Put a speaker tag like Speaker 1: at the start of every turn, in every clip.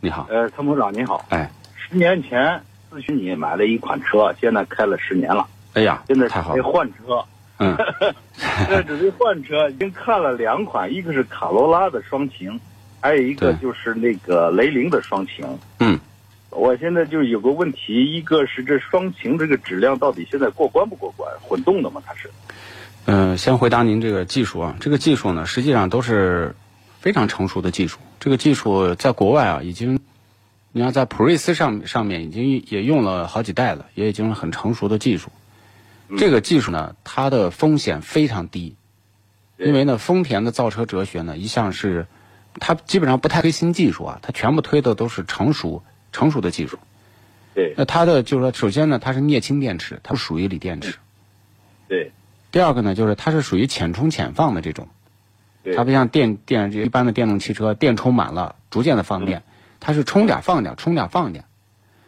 Speaker 1: 你好，
Speaker 2: 呃，参谋长你好，
Speaker 1: 哎，
Speaker 2: 十年前咨询你买了一款车，现在开了十年了，
Speaker 1: 哎呀，
Speaker 2: 现在
Speaker 1: 太好
Speaker 2: 得
Speaker 1: 了，
Speaker 2: 换车，
Speaker 1: 嗯，
Speaker 2: 现在准备换车，已经看了两款，一个是卡罗拉的双擎，还有一个
Speaker 1: 对
Speaker 2: 就是那个雷凌的双擎。
Speaker 1: 嗯，
Speaker 2: 我现在就有个问题，一个是这双擎这个质量到底现在过关不过关？混动的吗？它是？
Speaker 1: 嗯、先回答您这个技术啊，这个技术呢，实际上都是非常成熟的技术。这个技术在国外啊，已经，你要在普锐斯上上面已经也用了好几代了，也已经很成熟的技术。这个技术呢，它的风险非常低，因为呢，丰田的造车哲学呢，一向是它基本上不太推新技术啊，它全部推的都是成熟成熟的技术。
Speaker 2: 对
Speaker 1: 那呃它的就是说，首先呢，它是镍氢电池，它不属于锂电池。
Speaker 2: 对
Speaker 1: 第二个呢，就是它是属于浅充浅放的这种，
Speaker 2: 对
Speaker 1: 它不像电电一般的电动汽车，电充满了逐渐的放
Speaker 2: 嗯
Speaker 1: 电，它是充点儿放点儿，充点儿放点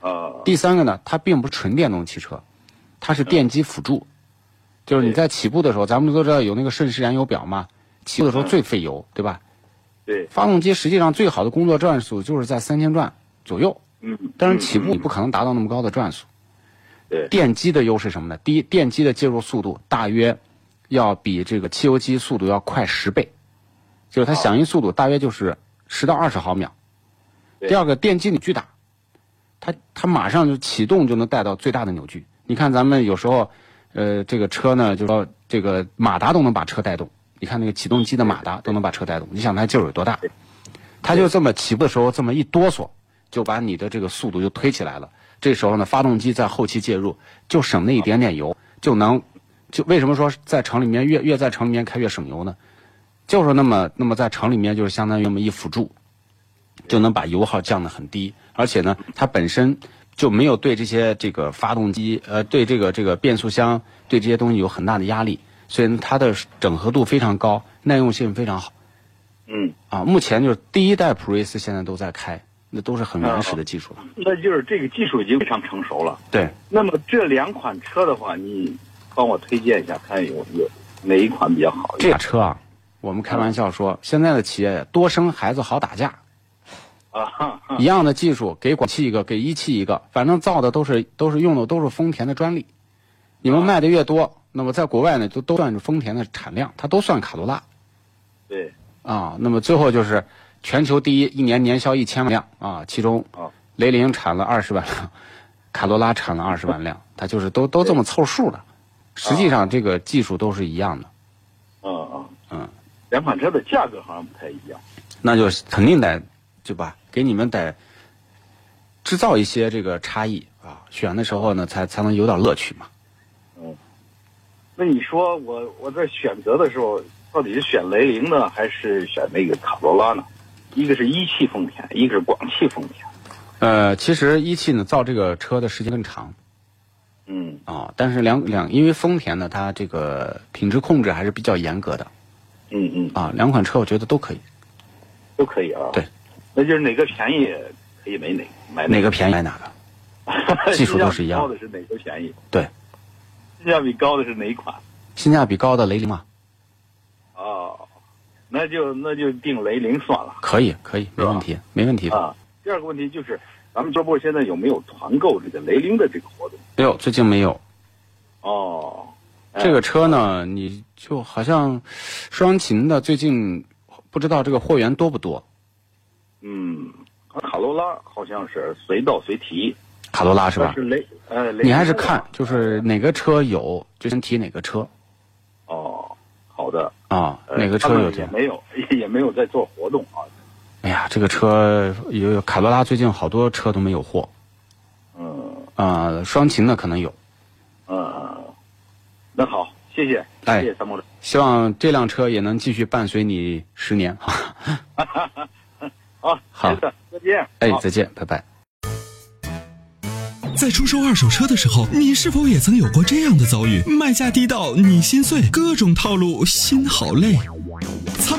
Speaker 1: 儿。
Speaker 2: 啊，
Speaker 1: 第三个呢，它并不是纯电动汽车，它是电机辅助，就是你
Speaker 2: 对
Speaker 1: 在起步的时候，咱们都知道有那个瞬时燃油表嘛，起步
Speaker 2: 嗯
Speaker 1: 的时候最费油，对吧？
Speaker 2: 对，
Speaker 1: 发动机实际上最好的工作转速就是在三千转左右，
Speaker 2: 嗯，
Speaker 1: 但是
Speaker 2: 嗯
Speaker 1: 起步你不可能达到那么高的转速。
Speaker 2: 对
Speaker 1: 电机的优势是什么呢？第一，电机的介入速度大约要比这个汽油机速度要快十倍，就是它响应速度大约就是十到二十毫秒。
Speaker 2: 对
Speaker 1: 第二个，电机你巨大，它它马上就启动就能带到最大的扭矩。你看咱们有时候，呃，这个车呢，就说这个马达都能把车带动。你看那个启动机的马达都能把车带动，你想它劲儿有多大？它就这么起步的时候这么一哆嗦，就把你的这个速度就推起来了。这时候呢，发动机在后期介入，就省那一点点油，就能，就为什么说在城里面越越在城里面开越省油呢？就是那么那么在城里面就是相当于那么一辅助，就能把油耗降得很低，而且呢，它本身就没有对这些这个发动机呃对这个这个变速箱对这些东西有很大的压力，所以呢它的整合度非常高，耐用性非常好。
Speaker 2: 嗯，
Speaker 1: 啊，目前就是第一代普锐斯现在都在开，那都是很原始的技术了。
Speaker 2: 嗯那就是这个技术已经非常成熟了。
Speaker 1: 对，
Speaker 2: 那么这两款车的话，你帮我推荐一下，看有有哪一款比较好？
Speaker 1: 这俩车啊，我们开玩笑说，现在的企业多生孩子好打架，
Speaker 2: 啊， 哈哈
Speaker 1: 一样的技术给广汽一个，给一汽一个，反正造的都是都是用的都是丰田的专利。你们卖的越多，那么在国外呢，就都算是丰田的产量，它都算卡罗拉
Speaker 2: 对，
Speaker 1: 啊。那么最后就是全球第一，一年年销一千万辆啊，其中
Speaker 2: 哦
Speaker 1: 雷凌产了二十万辆，卡罗拉产了二十万辆，它就是都都这么凑数的。实际上，这个技术都是一样的，
Speaker 2: 嗯嗯
Speaker 1: 嗯，
Speaker 2: 两款车的价格好像不太一样。
Speaker 1: 那就肯定得，对吧？给你们得制造一些这个差异啊，选的时候呢，才才能有点乐趣嘛。
Speaker 2: 嗯那你说我我在选择的时候，到底是选雷凌呢，还是选那个卡罗拉呢？一个是一汽丰田，一个是广汽丰田。
Speaker 1: 呃，其实一汽呢造这个车的时间更长
Speaker 2: 嗯，
Speaker 1: 啊，但是两两因为丰田呢，它这个品质控制还是比较严格的
Speaker 2: 嗯嗯，
Speaker 1: 啊，两款车我觉得都可以，
Speaker 2: 都可以啊。
Speaker 1: 对，
Speaker 2: 那就是哪个便宜可以买哪买
Speaker 1: 哪个
Speaker 2: 个，
Speaker 1: 便宜买哪个。技术都是一样
Speaker 2: 性价比高的是哪个便宜？
Speaker 1: 对，
Speaker 2: 性价比高的是哪一款？
Speaker 1: 性价比高的雷凌嘛，
Speaker 2: 哦，那就那就定雷凌算了
Speaker 1: 可以可以，没问题没问题。
Speaker 2: 啊。第二个问题就是，咱们俱乐部现在有没有团购这个雷凌的这个活动？
Speaker 1: 没有，哎最近没有。
Speaker 2: 哦，哎
Speaker 1: 这个车呢，你就好像双擎的最近不知道这个货源多不多。
Speaker 2: 嗯，卡罗拉好像是随到随提，
Speaker 1: 卡罗拉是吧
Speaker 2: 但？是雷呃雷，
Speaker 1: 你还是看就是哪个车有就先提哪个车
Speaker 2: 哦，好的，
Speaker 1: 啊，
Speaker 2: 呃
Speaker 1: 哪个车有
Speaker 2: 他
Speaker 1: 这
Speaker 2: 们也
Speaker 1: 样？
Speaker 2: 没有也没有在做活动啊，
Speaker 1: 哎呀，这个车有有卡罗拉最近好多车都没有货，
Speaker 2: 嗯
Speaker 1: 呃，双擎的可能有，
Speaker 2: 嗯，那好，谢谢，
Speaker 1: 哎
Speaker 2: 谢谢参谋长，
Speaker 1: 希望这辆车也能继续伴随你十年。
Speaker 2: 啊，
Speaker 1: 好
Speaker 2: 没事再见，
Speaker 1: 哎
Speaker 2: 好，
Speaker 1: 再见，拜拜。
Speaker 3: 在出售二手车的时候，你是否也曾有过这样的遭遇？卖价低到你心碎，各种套路，心好累。参